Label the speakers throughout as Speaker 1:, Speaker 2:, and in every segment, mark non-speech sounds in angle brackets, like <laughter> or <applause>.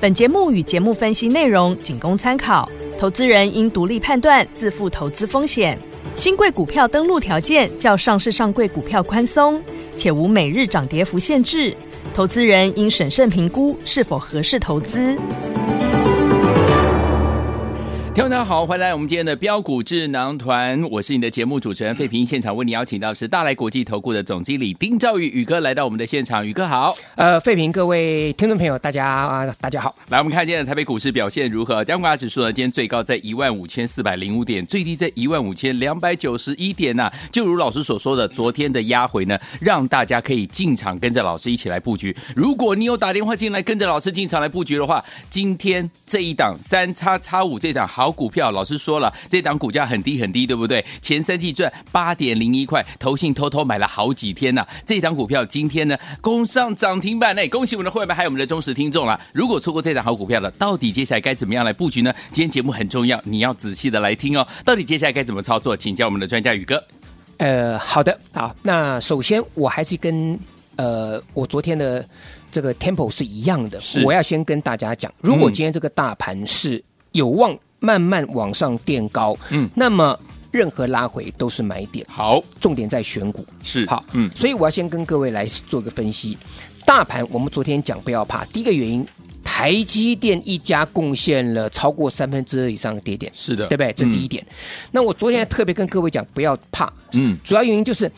Speaker 1: 本节目与节目分析内容仅供参考，投资人应独立判断，自负投资风险。新贵股票登录条件较上市上柜股票宽松，且无每日涨跌幅限制，投资人应审慎评估是否合适投资。
Speaker 2: 听众大家好，欢迎来我们今天的标股智囊团，我是你的节目主持人费平。现场为你邀请到是大来国际投顾的总经理丁兆宇宇哥来到我们的现场，宇哥好。
Speaker 3: 呃，费评各位听众朋友，大家、啊大家好。
Speaker 2: 来，我们看今天的台北股市表现如何？加权指数呢，今天最高在15,405点，最低在15,291点呐、就如老师所说的，昨天的压回呢，让大家可以进场跟着老师一起来布局。如果你有打电话进来跟着老师进场来布局的话，今天这一档三叉叉五这档好股票，老师说了，这档股价很低很低，对不对？前三季赚八点零一块，投信偷偷买了好几天呐、这档股票今天呢攻上涨停板哎，恭喜我们的会员们还有我们的忠实听众啦！如果错过这档好股票了，到底接下来该怎么样来布局呢？今天节目很重要，你要仔细的来听哦。到底接下来该怎么操作？请教我们的专家宇哥。
Speaker 3: 呃，好的，好。那首先我还是跟呃我昨天的这个 tempo 是一样的
Speaker 2: 是，
Speaker 3: 我要先跟大家讲，如果
Speaker 2: 嗯
Speaker 3: 今天这个大盘是有望慢慢往上垫高，
Speaker 2: 嗯
Speaker 3: 嗯，那么任何拉回都是买点，
Speaker 2: 好，
Speaker 3: 重点在选股。
Speaker 2: 是
Speaker 3: 好，
Speaker 2: 嗯
Speaker 3: 嗯，所以我要先跟各位来做个分析。大盘我们昨天讲不要怕，第一个原因，台积电一家贡献了超过三分之二以上的跌点，
Speaker 2: 是的
Speaker 3: 对不对？这
Speaker 2: 嗯
Speaker 3: 是第一点。那我昨天特别跟各位讲，不要怕，
Speaker 2: 嗯
Speaker 3: 主要原因就是。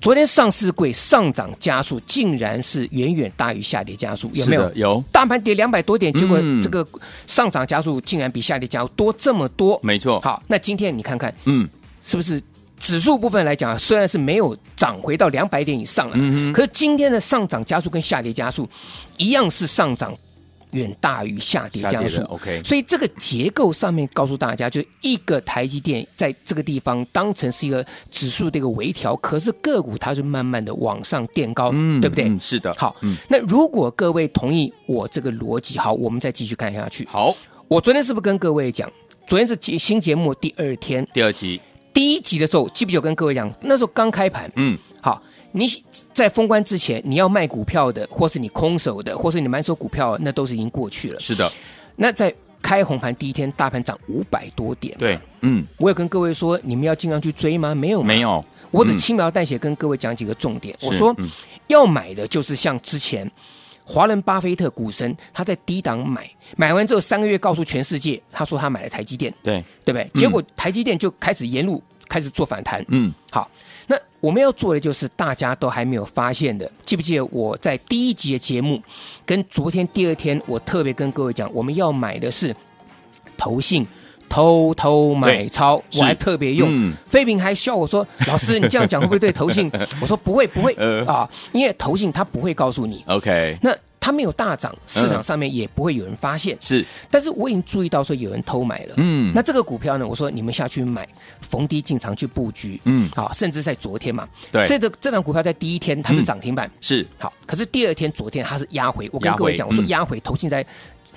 Speaker 3: 昨天上市柜上涨加速竟然是远远大于下跌加速，有没
Speaker 2: 是
Speaker 3: 有
Speaker 2: 的？有
Speaker 3: 大盘跌两百多点，结果
Speaker 2: 嗯
Speaker 3: 这个上涨加速竟然比下跌加速多这么多。
Speaker 2: 没错。，
Speaker 3: 好，那今天你看看，
Speaker 2: 哦嗯，
Speaker 3: 是不是指数部分来讲啊，虽然是没有涨回到两百点以上了，
Speaker 2: 嗯哼
Speaker 3: 可是今天的上涨加速跟下跌加速一样是上涨远大于下跌
Speaker 2: 下
Speaker 3: 加
Speaker 2: 跌
Speaker 3: 速
Speaker 2: 的。OK，
Speaker 3: 所以这个结构上面告诉大家，就是一个台积电在这个地方当成是一个指数的一个微调，可是个股它是慢慢的往上垫高，对不对？
Speaker 2: 嗯是的。
Speaker 3: 好，
Speaker 2: 嗯，
Speaker 3: 那如果各位同意我这个逻辑，好，我们再继续看下去。
Speaker 2: 好，
Speaker 3: 我昨天是不是跟各位讲，昨天是节新节目第二天，
Speaker 2: 第二集，
Speaker 3: 第一集的时候，记不记得我跟各位讲，那时候刚开盘，
Speaker 2: 嗯，
Speaker 3: 好，你在封关之前，你要卖股票的，或是你空手的，或是你满手股票的，那都是已经过去了。
Speaker 2: 是的，
Speaker 3: 那在开红盘第一天，大盘涨五百多点，
Speaker 2: 对，嗯，
Speaker 3: 我有跟各位说，你们要尽量去追吗？没有，
Speaker 2: 没。有，
Speaker 3: 我只
Speaker 2: 嗯
Speaker 3: 轻描淡写跟各位讲几个重点。
Speaker 2: 是
Speaker 3: 我说
Speaker 2: 嗯，
Speaker 3: 要买的就是像之前华人巴菲特股神，他在低档买，买完之后三个月告诉全世界，他说他买了台积电，
Speaker 2: 对，
Speaker 3: 对不对？结果台积电就开始沿路开始做反弹。
Speaker 2: 嗯，
Speaker 3: 好，那我们要做的就是大家都还没有发现的，记不记得我在第一集的节目跟昨天第二天，我特别跟各位讲，我们要买的是投信。偷偷买超，
Speaker 2: 是
Speaker 3: 我还特别用
Speaker 2: 嗯。
Speaker 3: 飞平还笑我说：“老师，你这样讲会不会对
Speaker 2: <laughs>
Speaker 3: 投信？”我说：“不会，不会
Speaker 2: 呃
Speaker 3: 啊，因为投信它不会告诉你，
Speaker 2: ，OK，
Speaker 3: 那它没有大涨，市
Speaker 2: 嗯
Speaker 3: 场上面也不会有人发现。
Speaker 2: 是，
Speaker 3: 但是我已经注意到说有人偷买了，
Speaker 2: 嗯，
Speaker 3: 那这个股票呢，我说你们下去买，逢低进场去布局，
Speaker 2: 嗯
Speaker 3: 好，甚至在昨天嘛，
Speaker 2: 对
Speaker 3: 这个这档股票在第一天它是涨停板，
Speaker 2: 是，
Speaker 3: 好，可是第二天昨天它是压回，我跟
Speaker 2: 压回
Speaker 3: 各位讲，我说
Speaker 2: 嗯
Speaker 3: 压回，投信在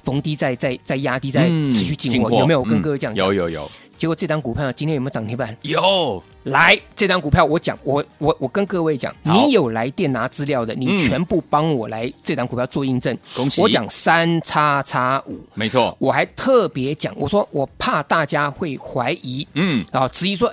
Speaker 3: 逢低在在在压低，在
Speaker 2: 嗯
Speaker 3: 持续进货，有没有？我跟各位讲，
Speaker 2: 嗯有有有
Speaker 3: 结果这档股票呢今天有没有涨停板？
Speaker 2: 有，
Speaker 3: 来，这张股票我讲，我我我跟各位讲，
Speaker 2: 好
Speaker 3: 你有来电拿资料的，
Speaker 2: 嗯
Speaker 3: 你全部帮我来这张股票做印证。
Speaker 2: 恭喜
Speaker 3: 我讲三叉叉五，
Speaker 2: 没错，
Speaker 3: 我还特别讲，我说我怕大家会怀疑，
Speaker 2: 嗯，
Speaker 3: 啊，质疑说。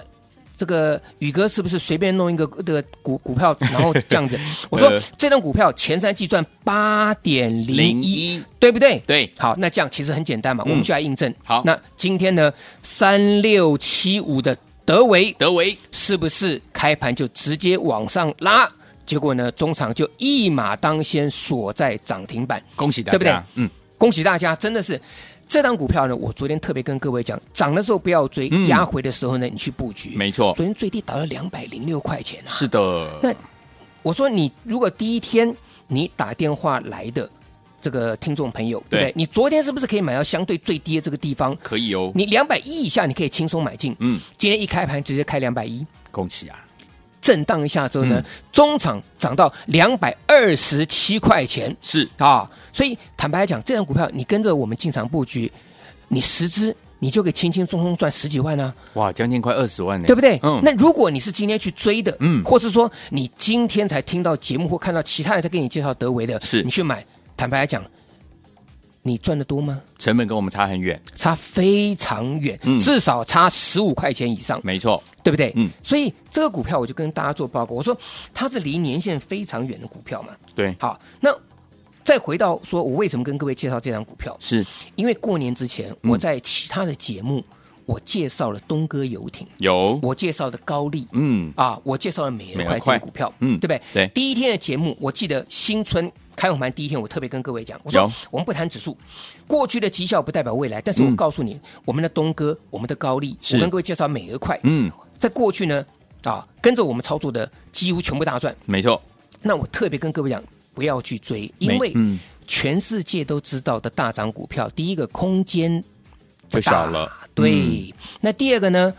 Speaker 3: 这个宇哥是不是随便弄一个这个股股票，然后这
Speaker 2: <laughs>
Speaker 3: 样子？我说
Speaker 2: 呃
Speaker 3: 这张股票前三季赚八点零一，
Speaker 2: 01
Speaker 3: 对不对？
Speaker 2: 对，嗯
Speaker 3: 好，那这样其实很简单嘛，我们就来印证。
Speaker 2: 好
Speaker 3: 那今天呢，三六七五的德维
Speaker 2: 德维
Speaker 3: 是不是开盘就直接往上拉？结果呢，中场就一马当先锁在涨停板。
Speaker 2: 恭喜大家，
Speaker 3: 对不对
Speaker 2: 嗯，
Speaker 3: 恭喜大家，真的是这档股票呢，我昨天特别跟各位讲，涨的时候不要追
Speaker 2: 嗯，
Speaker 3: 压回的时候呢，你去布局。
Speaker 2: 没错
Speaker 3: 昨，天最低打到两百零六块钱啊。
Speaker 2: 是的，
Speaker 3: 那我说你如果第一天你打电话来的，这个听众朋友，
Speaker 2: 对
Speaker 3: 对不对？你昨天是不是可以买到相对最低的这个地方？
Speaker 2: 可以哦。
Speaker 3: 你两百一以下，你可以轻松买进。
Speaker 2: 嗯，
Speaker 3: 今天一开盘直接开两百一，
Speaker 2: 恭喜啊！
Speaker 3: 震荡一下之后呢，
Speaker 2: 嗯
Speaker 3: 中场涨到两百二十七块钱
Speaker 2: 是
Speaker 3: 啊！所以坦白来讲，这张股票你跟着我们进场布局，你十只你就可以轻轻松松赚十几万啊，
Speaker 2: 哇，将近快二十万呢，
Speaker 3: 对不对？
Speaker 2: 嗯，
Speaker 3: 那如果你是今天去追的，
Speaker 2: 嗯
Speaker 3: 或是说你今天才听到节目或看到其他人在跟你介绍德维的，
Speaker 2: 是
Speaker 3: 你去买，坦白来讲，你赚的多吗？
Speaker 2: 成本跟我们差很远，
Speaker 3: 差非常远，
Speaker 2: 嗯
Speaker 3: 至少差十五块钱以上。
Speaker 2: 没错，
Speaker 3: 对不对？
Speaker 2: 嗯
Speaker 3: 嗯，所以这个股票我就跟大家做报告，我说它是离年限非常远的股票嘛。
Speaker 2: 对，
Speaker 3: 好，那再回到说我为什么跟各位介绍这张股票，
Speaker 2: 是
Speaker 3: 因为过年之前
Speaker 2: 嗯
Speaker 3: 我在其他的节目、我介绍了东哥游艇，
Speaker 2: 有，
Speaker 3: 我介绍的高丽。
Speaker 2: 嗯，
Speaker 3: 啊，我介绍了美人
Speaker 2: 美人
Speaker 3: 快这
Speaker 2: 快
Speaker 3: 个股票，
Speaker 2: 嗯
Speaker 3: 对不对？
Speaker 2: 对
Speaker 3: 第一天的节目，我记得新春开红盘第一天，我特别跟各位讲，我
Speaker 2: 有
Speaker 3: 说我们不谈指数，过去的绩效不代表未来，但是我
Speaker 2: 嗯
Speaker 3: 告诉你，我们的东哥，我们的高丽，
Speaker 2: 是
Speaker 3: 我跟各位介绍美额快，
Speaker 2: 嗯，
Speaker 3: 在过去呢，啊，跟着我们操作的几乎全部大赚。
Speaker 2: 没错，
Speaker 3: 那我特别跟各位讲，不要去追，因
Speaker 2: 没
Speaker 3: 为
Speaker 2: 嗯
Speaker 3: 全世界都知道的大涨股票，第一个空间
Speaker 2: 就
Speaker 3: 不大
Speaker 2: 少了，嗯，
Speaker 3: 对。那第二个呢，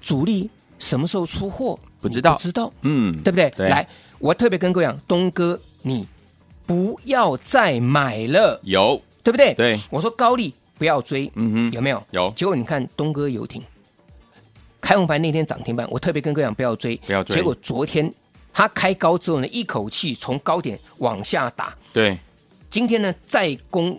Speaker 3: 主力什么时候出货
Speaker 2: 不知道
Speaker 3: 你不知道，
Speaker 2: 嗯，
Speaker 3: 对不对？
Speaker 2: 对
Speaker 3: 来，我特别跟各位讲，东哥，你不要再买了，
Speaker 2: 有，
Speaker 3: 对不对？
Speaker 2: 对，
Speaker 3: 我说高利不要追，
Speaker 2: 嗯哼，
Speaker 3: 有没有？
Speaker 2: 有
Speaker 3: 结果你看东哥游艇开红盘那天涨停板，我特别跟各位讲不要追，
Speaker 2: 不要追
Speaker 3: 结果昨天它开高之后呢，一口气从高点往下打，
Speaker 2: 对，
Speaker 3: 今天呢再攻，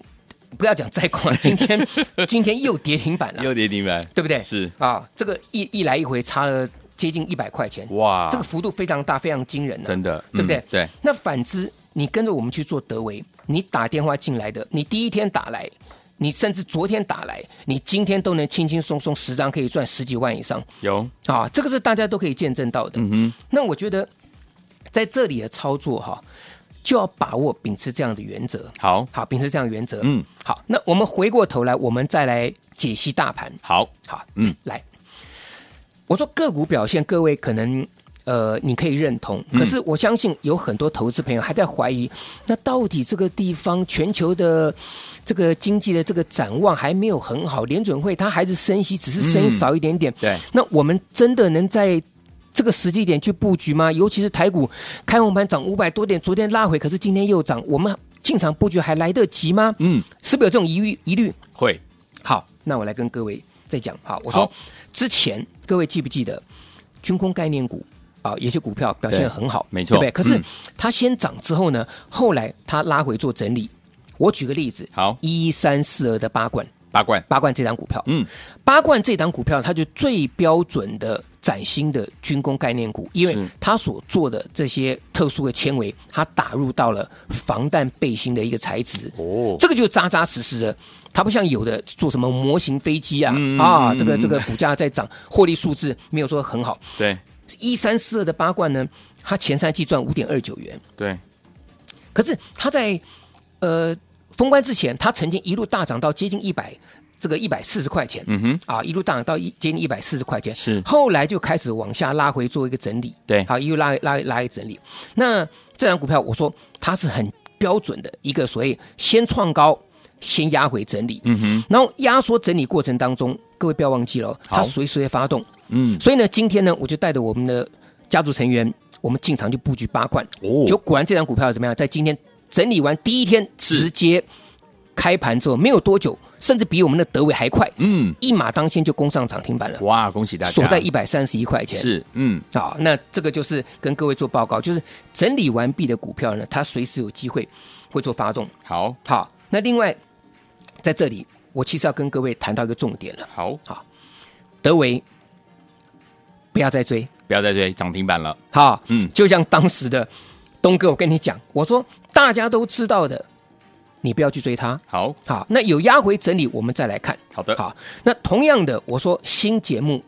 Speaker 3: 不要讲再
Speaker 2: <laughs>
Speaker 3: 攻了，今天今天又跌停板了，
Speaker 2: 又跌停板，
Speaker 3: 对不对？
Speaker 2: 是
Speaker 3: 啊，这个一一来一回差了接近一百块钱，
Speaker 2: 哇，
Speaker 3: 这个幅度非常大，非常惊人、啊，
Speaker 2: 真的，
Speaker 3: 对不对？
Speaker 2: 嗯对，
Speaker 3: 那反之，你跟着我们去做德维，你打电话进来的，你第一天打来，你甚至昨天打来，你今天都能轻轻松松十张可以赚十几万以上
Speaker 2: 有，
Speaker 3: 啊！这个是大家都可以见证到的。
Speaker 2: 嗯哼，
Speaker 3: 那我觉得在这里的操作哈、就要把握秉持这样的原则。
Speaker 2: 好，
Speaker 3: 好，秉持这样的原则。
Speaker 2: 嗯，
Speaker 3: 好，那我们回过头来，我们再来解析大盘。
Speaker 2: 好，
Speaker 3: 好，
Speaker 2: 嗯，
Speaker 3: 来，我说个股表现，各位可能呃，你可以认同，
Speaker 2: 嗯
Speaker 3: 可是我相信有很多投资朋友还在怀疑，那到底这个地方全球的这个经济的这个展望还没有很好，联准会它还是升息，只是升
Speaker 2: 嗯
Speaker 3: 少一点点。
Speaker 2: 对
Speaker 3: 那我们真的能在？这个时机点去布局吗？尤其是台股开红盘涨五百多点，昨天拉回，可是今天又涨，我们进场布局还来得及吗？
Speaker 2: 嗯，
Speaker 3: 是不是有这种疑虑？疑虑？
Speaker 2: 会，
Speaker 3: 好，那我来跟各位再讲。好，我
Speaker 2: 好
Speaker 3: 说之前各位记不记得军工概念股啊、有些股票表现
Speaker 2: 对
Speaker 3: 得很好，
Speaker 2: 没错
Speaker 3: 对不对？可是
Speaker 2: 嗯
Speaker 3: 它先涨之后呢，后来它拉回做整理。我举个例子，
Speaker 2: 好
Speaker 3: 一三四二的八冠，
Speaker 2: 八冠，
Speaker 3: 八冠这档股票，
Speaker 2: 嗯，
Speaker 3: 八冠这档股票，它就最标准的崭新的军工概念股，因为
Speaker 2: 是
Speaker 3: 它所做的这些特殊的纤维，它打入到了防弹背心的一个材质，
Speaker 2: 哦
Speaker 3: 这个就扎扎实实的，它不像有的做什么模型飞机啊、
Speaker 2: 嗯
Speaker 3: 啊，
Speaker 2: 嗯
Speaker 3: 这个
Speaker 2: 嗯
Speaker 3: 这个股价在涨，获利数字没有说很好。
Speaker 2: 对，
Speaker 3: 一三四二的八冠呢，它前三季赚五点二九元，
Speaker 2: 对，
Speaker 3: 可是它在呃封关之前，它曾经一路大涨到接近一百这个一百四十块钱，
Speaker 2: 嗯哼，
Speaker 3: 啊，一路大涨到一接近一百四十块钱，
Speaker 2: 是
Speaker 3: 后来就开始往下拉回做一个整理，
Speaker 2: 对
Speaker 3: 好，一路拉拉拉一整理。那这档股票，我说它是很标准的一个所谓先创高，先压回整理，
Speaker 2: 嗯哼，
Speaker 3: 然后压缩整理过程当中，各位不要忘记了哦，
Speaker 2: 好
Speaker 3: 它随时会发动。
Speaker 2: 嗯，
Speaker 3: 所以呢，今天呢，我就带着我们的家族成员，我们进场去布局八冠，
Speaker 2: 哦
Speaker 3: 就果然这档股票怎么样，在今天整理完第一天直接开盘之后，没有多久，甚至比我们的德伟还快，
Speaker 2: 嗯，
Speaker 3: 一马当先就攻上涨停板了，
Speaker 2: 哇，恭喜大家，
Speaker 3: 锁在一百三十一块钱。
Speaker 2: 是，嗯，
Speaker 3: 啊，那这个就是跟各位做报告，就是整理完毕的股票呢，它随时有机会会做发动。
Speaker 2: 好，
Speaker 3: 好，那另外在这里，我其实要跟各位谈到一个重点了，
Speaker 2: 好，
Speaker 3: 德维不要再追，
Speaker 2: 不要再追涨停板了，
Speaker 3: 好，
Speaker 2: 嗯
Speaker 3: 嗯，就像当时的东哥，我跟你讲，我说大家都知道的，你不要去追它。
Speaker 2: 好，
Speaker 3: 好，那有压回整理，我们再来看。
Speaker 2: 好的，，
Speaker 3: 好，那同样的，我说新节目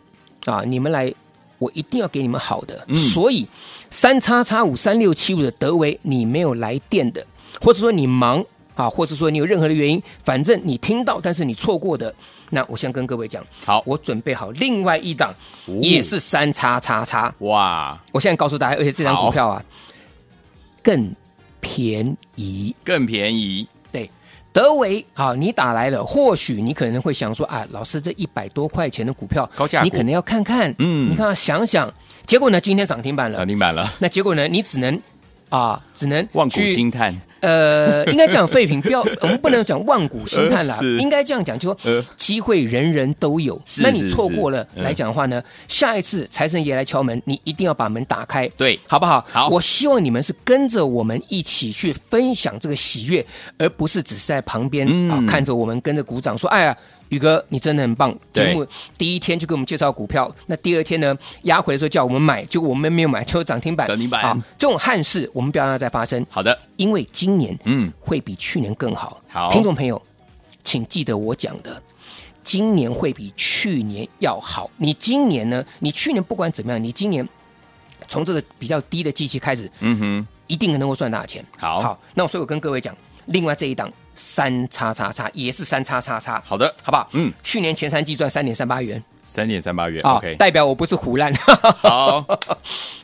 Speaker 3: 啊，你们来，我一定要给你们好的。
Speaker 2: 嗯
Speaker 3: 所以三叉叉五三六七五的德维，你没有来电的，或者说你忙啊，或者说你有任何的原因，反正你听到但是你错过的，那我先跟各位讲，
Speaker 2: 好，
Speaker 3: 我准备好另外一档，
Speaker 2: 哦
Speaker 3: 也是三叉叉叉。
Speaker 2: 哇，
Speaker 3: 我现在告诉大家，而且这张
Speaker 2: 好
Speaker 3: 股票啊更便宜。
Speaker 2: 更便宜，
Speaker 3: 对，德维，好，你打来了，或许你可能会想说啊，老师这一百多块钱的股票，
Speaker 2: 高价股
Speaker 3: 你可能要看看，
Speaker 2: 嗯
Speaker 3: 嗯，你看看想想，结果呢，今天涨停板了
Speaker 2: 涨，停板了，
Speaker 3: 那结果呢，你只能啊，只能
Speaker 2: 望股
Speaker 3: 去
Speaker 2: 兴叹，
Speaker 3: 呃，应该讲废品，不要，我们不能讲万古兴叹啦
Speaker 2: 呃 <laughs> 是，
Speaker 3: 应该这样讲，就
Speaker 2: 呃
Speaker 3: 说机会人人都有。
Speaker 2: 是
Speaker 3: 那你
Speaker 2: 是
Speaker 3: 错
Speaker 2: 是
Speaker 3: 过了
Speaker 2: 嗯
Speaker 3: 来讲的话呢，下一次财神爷来敲门，你一定要把门打开，
Speaker 2: 对
Speaker 3: 好不好？
Speaker 2: 好
Speaker 3: 我希望你们是跟着我们一起去分享这个喜悦，而不是只是在旁边啊
Speaker 2: 嗯
Speaker 3: 看着我们跟着鼓掌说，哎呀。宇哥，你真的很棒！
Speaker 2: 对
Speaker 3: 节目第一天就给我们介绍股票，那第二天呢，压回的时候叫我们买，结果我们没有买，就涨停板。
Speaker 2: 涨停板
Speaker 3: 啊，这种憾事我们不要让它再发生。
Speaker 2: 好的，
Speaker 3: 因为今年
Speaker 2: 嗯
Speaker 3: 嗯会比去年更好。
Speaker 2: 好
Speaker 3: 听众朋友，请记得我讲的，今年会比去年要好。你今年呢？你去年不管怎么样，你今年从这个比较低的机器开始，
Speaker 2: 嗯哼，
Speaker 3: 一定能够赚大钱。
Speaker 2: 好
Speaker 3: 好，那所以我跟各位讲，另外这一档三叉叉叉也是三叉叉叉，
Speaker 2: 好的，
Speaker 3: 好不好？
Speaker 2: 嗯，
Speaker 3: 去年前三季赚三点三八元
Speaker 2: 三点三八元
Speaker 3: 啊
Speaker 2: ，OK，
Speaker 3: 代表我不是胡乱。 <laughs>
Speaker 2: 好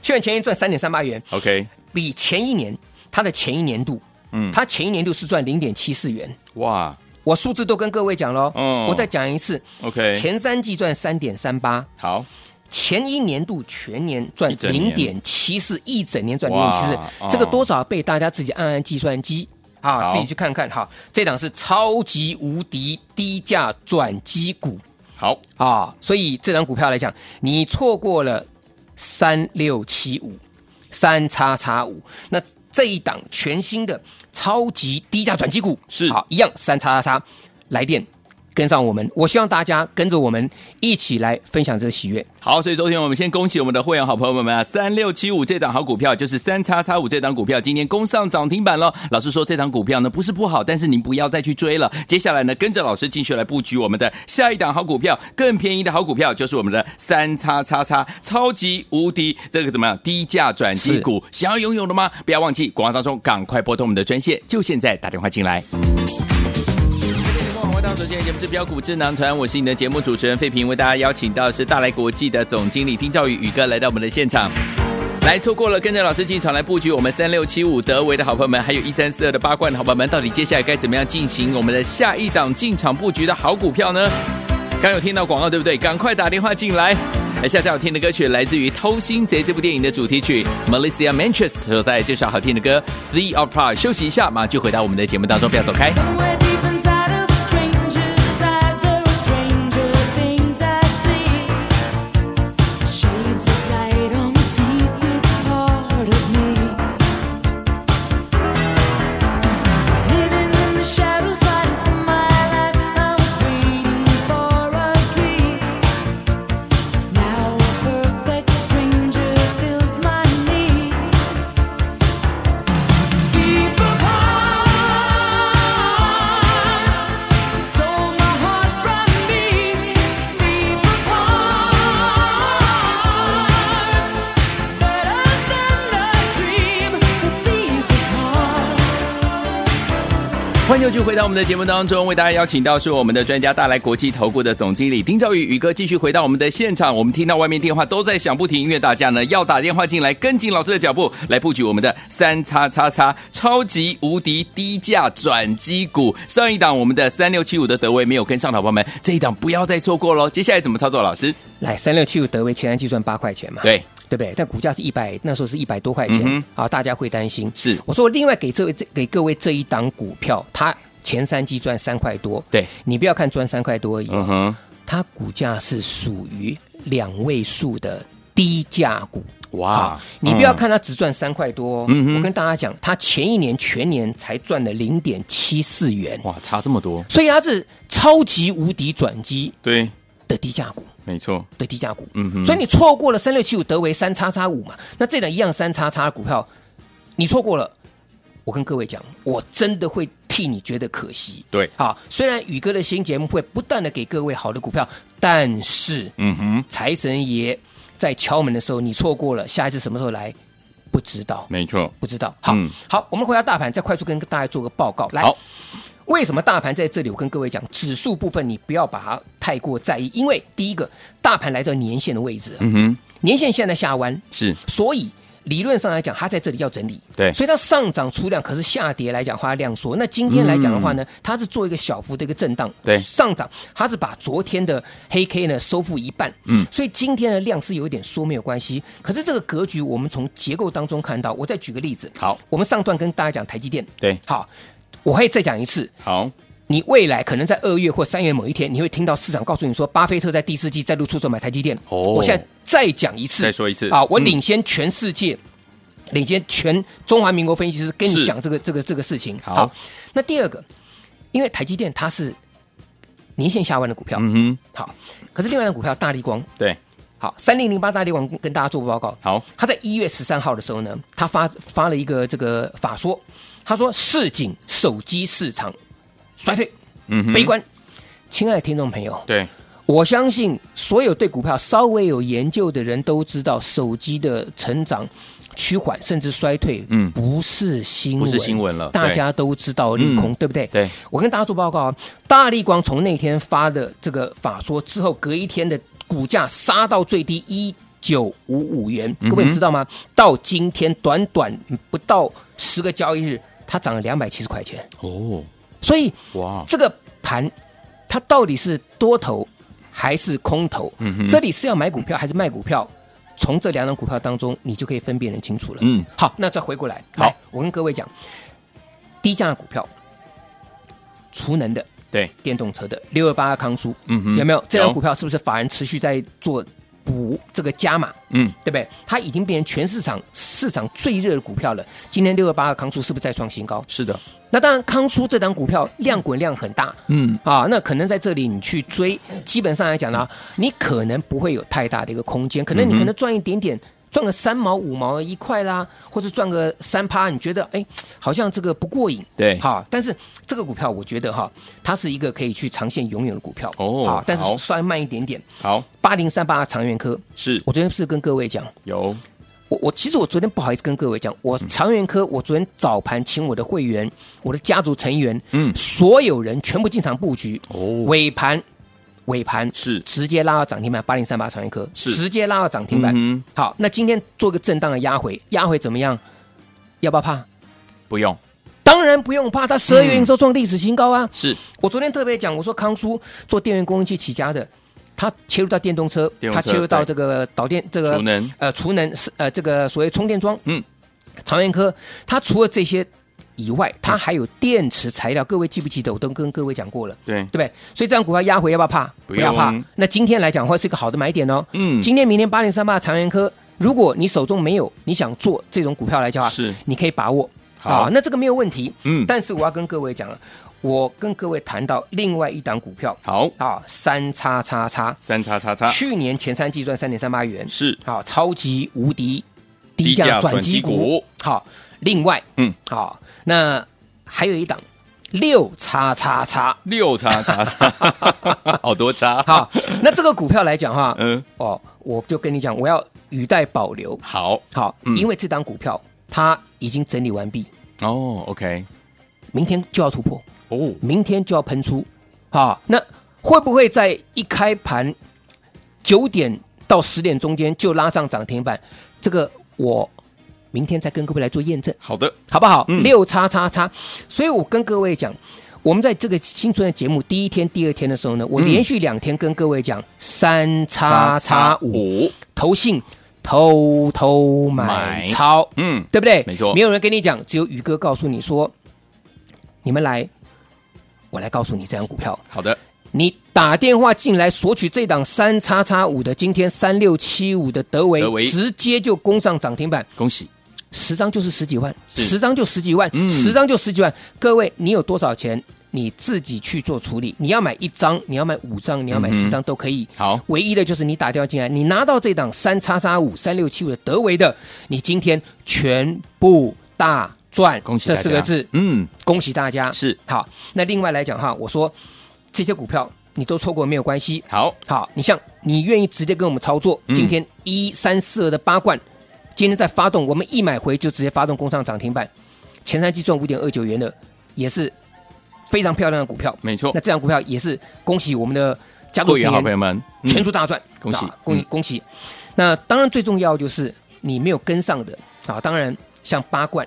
Speaker 3: 去年前一赚三点三八元，
Speaker 2: ，OK，
Speaker 3: 比前一年它的前一年度，
Speaker 2: 嗯
Speaker 3: 嗯，它前一年度是赚零点七四元。
Speaker 2: 哇
Speaker 3: 我数字都跟各位讲喽，
Speaker 2: 哦
Speaker 3: 我再讲一次，
Speaker 2: ，OK，
Speaker 3: 前三季赚三点三八，
Speaker 2: 好，
Speaker 3: 前一年度全年赚
Speaker 2: 一整
Speaker 3: 零
Speaker 2: 年
Speaker 3: 点七四，一整年赚零
Speaker 2: 哇
Speaker 3: 点七
Speaker 2: 哦
Speaker 3: 四，这个多少被大家自己按按计算机啊，
Speaker 2: 好
Speaker 3: 自己去看看哈。这档是超级无敌低价转机股
Speaker 2: 好，
Speaker 3: 啊，所以这档股票来讲，你错过了三六七五三叉叉五，那这一档全新的超级低价转机股
Speaker 2: 是
Speaker 3: 好一样三叉叉叉来电。跟上我们，我希望大家跟着我们一起来分享这个喜悦。
Speaker 2: 好，所以昨天我们先恭喜我们的会员好朋友们啊，三六七五这档好股票就是三叉叉五这档股票，今天攻上涨停板了。老师说这档股票呢不是不好，但是您不要再去追了。接下来呢，跟着老师继续来布局我们的下一档好股票，更便宜的好股票就是我们的三叉叉叉超级无敌这个怎么样低价转机
Speaker 3: 是
Speaker 2: 股，想要拥有的吗？不要忘记广告当中赶快拨通我们的专线，就现在打电话进来。欢迎到昨天的节目是标股智囊团，我是你的节目主持人费平，为大家邀请到的是大来国际的总经理丁兆宇宇哥来到我们的现场。来错过了，跟着老师进场来布局我们三六七五德维的好朋友们，还有一三四二的八冠的好朋友们，到底接下来该怎么样进行我们的下一档进场布局的好股票呢？刚有听到广告对不对？赶快打电话进来。来，下下好听的歌曲来自于《偷心贼》这部电影的主题曲 Melissa Manchester 所带来这首好听的歌《The Opera》。休息一下，马上就回到我们的节目当中，不要走开。
Speaker 4: Somewhere deep inside of strangers' eyes, there are stranger things I see. Shades of light on the secret part of me. Living in the shadows, life of my life, I was waiting for a dream. Now a perfect stranger fills my needs. Deep of hearts stole my heart from me. Deep of hearts, better than a dream. The deep of hearts.
Speaker 2: 欢迎又继续回到我们的节目当中，为大家邀请到是我们的专家大来国际投顾的总经理丁兆宇宇哥，继续回到我们的现场。我们听到外面电话都在响不停，因为大家呢要打电话进来，跟紧老师的脚步来布局我们的三叉叉叉超级无敌低价转机股。上一档我们的三六七五的德威没有跟上，的好朋友们这一档不要再错过喽。接下来怎么操作？老师，
Speaker 3: 来，三六七五德威前三季赚八块钱嘛，
Speaker 2: 对，
Speaker 3: 对不对？但股价是一百，那时候是一百多块钱
Speaker 2: 嗯
Speaker 3: 啊，大家会担心。
Speaker 2: 是
Speaker 3: 我说我另外给这这给各位这一档股票，它前三季赚三块多，
Speaker 2: 对
Speaker 3: 你不要看赚三块多而已哦，
Speaker 2: 嗯哼，
Speaker 3: 它股价是属于两位数的低价股。
Speaker 2: 哇
Speaker 3: 啊，你不要看它只赚三块多、哦，
Speaker 2: 嗯哼
Speaker 3: 我跟大家讲，它前一年全年才赚了零点七四元，
Speaker 2: 哇，差这么多，
Speaker 3: 所以它是超级无敌转机
Speaker 2: 对，
Speaker 3: 的低价股。
Speaker 2: 没错，
Speaker 3: 的低价股，
Speaker 2: 嗯哼
Speaker 3: 所以你错过了三六七五德维三叉叉五嘛，那这两一样三叉叉股票，你错过了，我跟各位讲，我真的会替你觉得可惜。
Speaker 2: 对
Speaker 3: 好，虽然宇哥的新节目会不断的给各位好的股票，但是
Speaker 2: 嗯哼，
Speaker 3: 财神爷在敲门的时候，你错过了，下一次什么时候来，不知道，
Speaker 2: 没错，
Speaker 3: 不知道。好，
Speaker 2: 嗯
Speaker 3: 好，我们回到大盘，再快速跟大家做个报告。来，
Speaker 2: 好，
Speaker 3: 为什么大盘在这里？我跟各位讲，指数部分你不要把它太过在意，因为第一个，大盘来到年线的位置，
Speaker 2: 嗯哼，
Speaker 3: 年线现在下弯，
Speaker 2: 是
Speaker 3: 所以理论上来讲，它在这里要整理，
Speaker 2: 对
Speaker 3: 所以它上涨出量，可是下跌来讲的话它量缩。那今天来讲的话呢，它是做一个小幅的一个震荡，
Speaker 2: 嗯对
Speaker 3: 上涨，它是把昨天的黑 K 呢收复一半，
Speaker 2: 嗯
Speaker 3: 所以今天的量是有一点缩没有关系。可是这个格局，我们从结构当中看到，我再举个例子，
Speaker 2: 好，
Speaker 3: 我们上段跟大家讲台积电，
Speaker 2: 对
Speaker 3: 好，我会再讲一次，
Speaker 2: 好，
Speaker 3: 你未来可能在二月或三月某一天，你会听到市场告诉你说，巴菲特在第四季再度出手买台积电。
Speaker 2: 哦
Speaker 3: 我现在再讲一次，
Speaker 2: 再说一次
Speaker 3: 啊，我
Speaker 2: 嗯
Speaker 3: 领先全世界，领先全中华民国分析师跟
Speaker 2: 是
Speaker 3: 你讲这个这个这个事情。
Speaker 2: 好
Speaker 3: 那第二个，因为台积电它是年线下弯的股票，
Speaker 2: 嗯哼，
Speaker 3: 好，可是另外一档股票大力光，
Speaker 2: 对，
Speaker 3: 好，三零零八大力光跟大家做报告，
Speaker 2: 好，
Speaker 3: 他在一月十三号的时候呢，他发发了一个这个法说，他说市井手机市场衰退，
Speaker 2: 嗯哼
Speaker 3: 悲观。亲爱的听众朋友，
Speaker 2: 对，
Speaker 3: 我相信所有对股票稍微有研究的人都知道，手机的成长趋缓甚至衰退，
Speaker 2: 嗯
Speaker 3: 不是新闻，
Speaker 2: 不是新闻了
Speaker 3: 大
Speaker 2: 对
Speaker 3: 家都知道利空，
Speaker 2: 嗯
Speaker 3: 对不对？
Speaker 2: 对，
Speaker 3: 我跟大家做报告啊，大力光从那天发的这个法说之后，隔一天的股价杀到最低一九五五元，
Speaker 2: 嗯
Speaker 3: 各位知道吗？到今天短短不到十个交易日，它涨了两百七十块钱，
Speaker 2: 哦，
Speaker 3: 所以
Speaker 2: 哇，
Speaker 3: 这个盘它到底是多头还是空头？
Speaker 2: 嗯哼
Speaker 3: 这里是要买股票还是卖股票？从这两种股票当中，你就可以分辨得清楚了。
Speaker 2: 嗯，
Speaker 3: 好，那再回过来，
Speaker 2: 好
Speaker 3: 来，我跟各位讲，低价的股票，储能的、
Speaker 2: 对，
Speaker 3: 电动车的，六二八二康舒，
Speaker 2: 嗯哼
Speaker 3: 有没有？这张
Speaker 2: 有
Speaker 3: 股票是不是法人持续在做补这个加码？
Speaker 2: 嗯，
Speaker 3: 对不对？它已经变成全市场市场最热的股票了。今天六二八二康舒是不是再创新高？
Speaker 2: 是的，
Speaker 3: 那当然，康舒这档股票量滚量很大，
Speaker 2: 嗯，
Speaker 3: 啊，那可能在这里你去追，基本上来讲呢，你可能不会有太大的一个空间，可
Speaker 2: 嗯
Speaker 3: 能你可能赚一点点，赚个三毛五毛一块啦，或者赚个三趴，你觉得哎，好像这个不过瘾，
Speaker 2: 对
Speaker 3: 好，但是这个股票我觉得哈，它是一个可以去长线永远的股票，
Speaker 2: 哦
Speaker 3: 好，但
Speaker 2: 好
Speaker 3: 是稍微慢一点点，
Speaker 2: 好，
Speaker 3: 八零三八长源科，
Speaker 2: 是
Speaker 3: 我昨天是不是跟各位讲，
Speaker 2: 有，
Speaker 3: 我我其实我昨天不好意思跟各位讲，我
Speaker 2: 嗯
Speaker 3: 长源科我昨天早盘请我的会员、我的家族成员，
Speaker 2: 嗯
Speaker 3: 所有人全部进场布局，
Speaker 2: 哦
Speaker 3: 尾盘尾盘
Speaker 2: 是
Speaker 3: 直接拉到涨停板八零三八长源科，
Speaker 2: 是
Speaker 3: 直接拉到涨停板。
Speaker 2: 嗯
Speaker 3: 好，那今天做个震荡的压回，压回怎么样？要不要怕？
Speaker 2: 不用，
Speaker 3: 当然不用怕，它十二月营收创历史新高啊！
Speaker 2: 是
Speaker 3: 我昨天特别讲，我说康叔做电源供应器起家的，他切入到电动车，
Speaker 2: 电动
Speaker 3: 他
Speaker 2: 车
Speaker 3: 切入到
Speaker 2: 对
Speaker 3: 这个导电这个
Speaker 2: 储能
Speaker 3: 呃储能是呃这个所谓充电桩，
Speaker 2: 嗯，
Speaker 3: 长源科，它除了这些以外，它
Speaker 2: 嗯
Speaker 3: 还有电池材料，各位记不记得？我都跟各位讲过了。
Speaker 2: 对
Speaker 3: 对，不对？所以这样股票压回要不要怕？
Speaker 2: 不
Speaker 3: 要怕
Speaker 2: 用。
Speaker 3: 那今天来讲的话是一个好的买点哦。
Speaker 2: 嗯
Speaker 3: 今天、明天八零三八长源科，如果你手中没有你想做这种股票来讲啊，
Speaker 2: 是
Speaker 3: 你可以把握。
Speaker 2: 好
Speaker 3: 啊那这个没有问题。
Speaker 2: 嗯
Speaker 3: 但是我要跟各位讲了，我跟各位谈到另外一档股票
Speaker 2: 好，
Speaker 3: 啊，三叉叉叉，
Speaker 2: 三叉叉叉，
Speaker 3: 去年前三季赚三点三八元，
Speaker 2: 是
Speaker 3: 好，啊超级无敌
Speaker 2: 低
Speaker 3: 低
Speaker 2: 价
Speaker 3: 价转
Speaker 2: 转机
Speaker 3: 机
Speaker 2: 股
Speaker 3: 股。好，另外，
Speaker 2: 嗯，
Speaker 3: 好，那还有一档六叉叉叉。
Speaker 2: 六叉叉
Speaker 3: <laughs>
Speaker 2: 叉，好多叉， <laughs>
Speaker 3: 好，那这个股票来讲哈，
Speaker 2: 嗯，
Speaker 3: 哦，我就跟你讲，我要语带保留。
Speaker 2: 好，
Speaker 3: 好，
Speaker 2: 嗯
Speaker 3: 因为这档股票它已经整理完毕，
Speaker 2: 哦，OK，
Speaker 3: 明天就要突破，
Speaker 2: 哦，
Speaker 3: 明天就要喷出。好，那会不会在一开盘九点到十点中间就拉上涨停板？这个我明天再跟各位来做验证。
Speaker 2: 好的，
Speaker 3: 好不好？
Speaker 2: 嗯
Speaker 3: 六叉叉叉，所以我跟各位讲，我们在这个新春的节目第一天、第二天的时候
Speaker 2: 嗯
Speaker 3: 呢，我连续两天跟各位讲三叉叉五，
Speaker 2: 五，
Speaker 3: 投信偷偷
Speaker 2: 买
Speaker 3: 买超，
Speaker 2: 嗯，
Speaker 3: 对不对？
Speaker 2: 没错
Speaker 3: 没有人跟你讲，只有宇哥告诉你说，你们来，我来告诉你这张股票，
Speaker 2: 好的，
Speaker 3: 你打电话进来索取这档三叉叉五的，今天三六七五的德维
Speaker 2: 德维
Speaker 3: 直接就攻上涨停板。
Speaker 2: 恭喜，
Speaker 3: 十张就是十几万，
Speaker 2: 是
Speaker 3: 十张就十几万，
Speaker 2: 嗯
Speaker 3: 十张就十几万。各位，你有多少钱？你自己去做处理。你要买一张，你要买五张，你要买十张都可以。
Speaker 2: 嗯好
Speaker 3: 唯一的就是你打电话进来，你拿到这档三叉叉五三六七五的德维的，你今天全部大赚。
Speaker 2: 恭喜
Speaker 3: 这
Speaker 2: 大家，
Speaker 3: 四个字，
Speaker 2: 嗯，
Speaker 3: 恭喜大家。
Speaker 2: 是
Speaker 3: 好。那另外来讲哈，我说这些股票你都错过没有关系，
Speaker 2: 好，
Speaker 3: 好，你像你愿意直接跟我们操作，
Speaker 2: 嗯
Speaker 3: 今天一三四二的八冠，今天再发动，我们一买回就直接发动工上涨停板，前三季赚五点二九元的，也是非常漂亮的股票。
Speaker 2: 没错
Speaker 3: 那，这档股票也是恭喜我们的家族
Speaker 2: 哦会员
Speaker 3: 成
Speaker 2: 好朋
Speaker 3: 员
Speaker 2: 友们，嗯
Speaker 3: 全数大赚，
Speaker 2: 恭喜
Speaker 3: 啊恭喜
Speaker 2: 嗯
Speaker 3: 恭喜！那当然最重要就是。你没有跟上的啊，当然像八冠。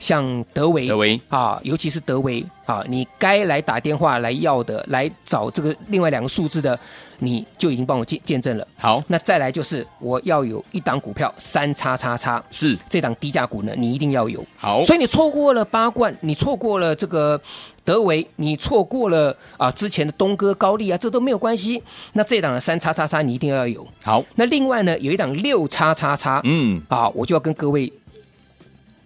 Speaker 3: 像德维，
Speaker 2: 德微
Speaker 3: 啊，尤其是德维啊，你该来打电话来要的，来找这个另外两个数字的，你就已经帮我见见证了。
Speaker 2: 好，
Speaker 3: 那再来就是我要有一档股票三叉叉叉，
Speaker 2: 是
Speaker 3: 这档低价股呢，你一定要有。
Speaker 2: 好，
Speaker 3: 所以你错过了八冠，你错过了这个德维，你错过了啊之前的东哥、高丽啊，这都没有关系。那这档的三叉叉叉你一定要有。
Speaker 2: 好，
Speaker 3: 那另外呢，有一档六叉叉叉，
Speaker 2: 嗯，
Speaker 3: 啊，我就要跟各位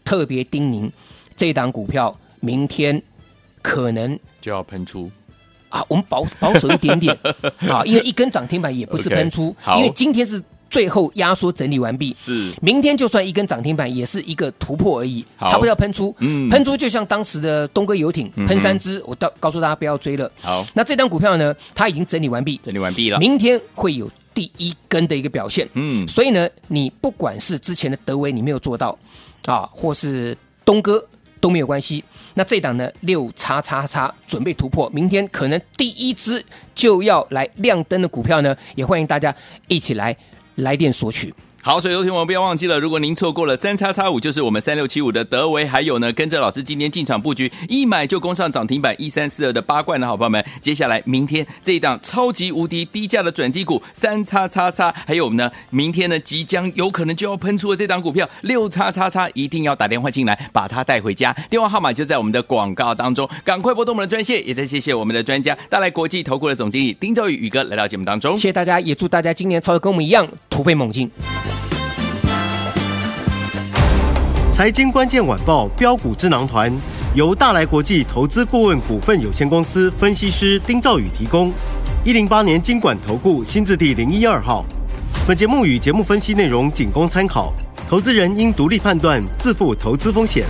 Speaker 3: 特别叮咛，这档股票明天可能
Speaker 2: 就要喷出，
Speaker 3: 啊，我们保保守一点
Speaker 2: <laughs>
Speaker 3: 点啊，因为一根涨停板也不是
Speaker 2: OK，
Speaker 3: 喷出
Speaker 2: 好
Speaker 3: 因为今天是最后压缩整理完毕，
Speaker 2: 是
Speaker 3: 明天就算一根涨停板，也是一个突破而已，
Speaker 2: 好
Speaker 3: 它不要喷出。
Speaker 2: 嗯
Speaker 3: 喷出就像当时的东哥游艇
Speaker 2: 嗯哼
Speaker 3: 喷三只，我到告诉大家不要追了。
Speaker 2: 好，
Speaker 3: 那这张股票呢，它已经整理完毕，
Speaker 2: 整理完毕了，
Speaker 3: 明天会有第一根的一个表现。
Speaker 2: 嗯，
Speaker 3: 所以呢，你不管是之前的德维你没有做到啊，或是东哥都没有关系。那这档呢，六叉叉叉准备突破，明天可能第一只就要来亮灯的股票呢，也欢迎大家一起来来电索取。
Speaker 2: 好，所以有听我们不要忘记了，如果您错过了三叉叉五，就是我们三六七五的德维，还有呢，跟着老师今天进场布局，一买就攻上涨停板一三四二的八冠的好朋友们，接下来明天这一档超级无敌低价的转机股三叉叉叉，还有呢，明天呢即将有可能就要喷出的这档股票六叉叉叉，一定要打电话进来把它带回家，电话号码就在我们的广告当中，赶快拨动我们的专线，也再谢谢我们的专家大来国际投顾的总经理丁兆宇宇哥来到节目当中
Speaker 3: 谢。谢大家，也祝大家今年操作跟我们一样突飞猛进。
Speaker 5: 财经关键晚报标股智囊团由大来国际投资顾问股份有限公司分析师丁兆宇提供。一零八年经管投顾新字第零一二号。本节目与节目分析内容仅供参考，投资人应独立判断，自负投资风险。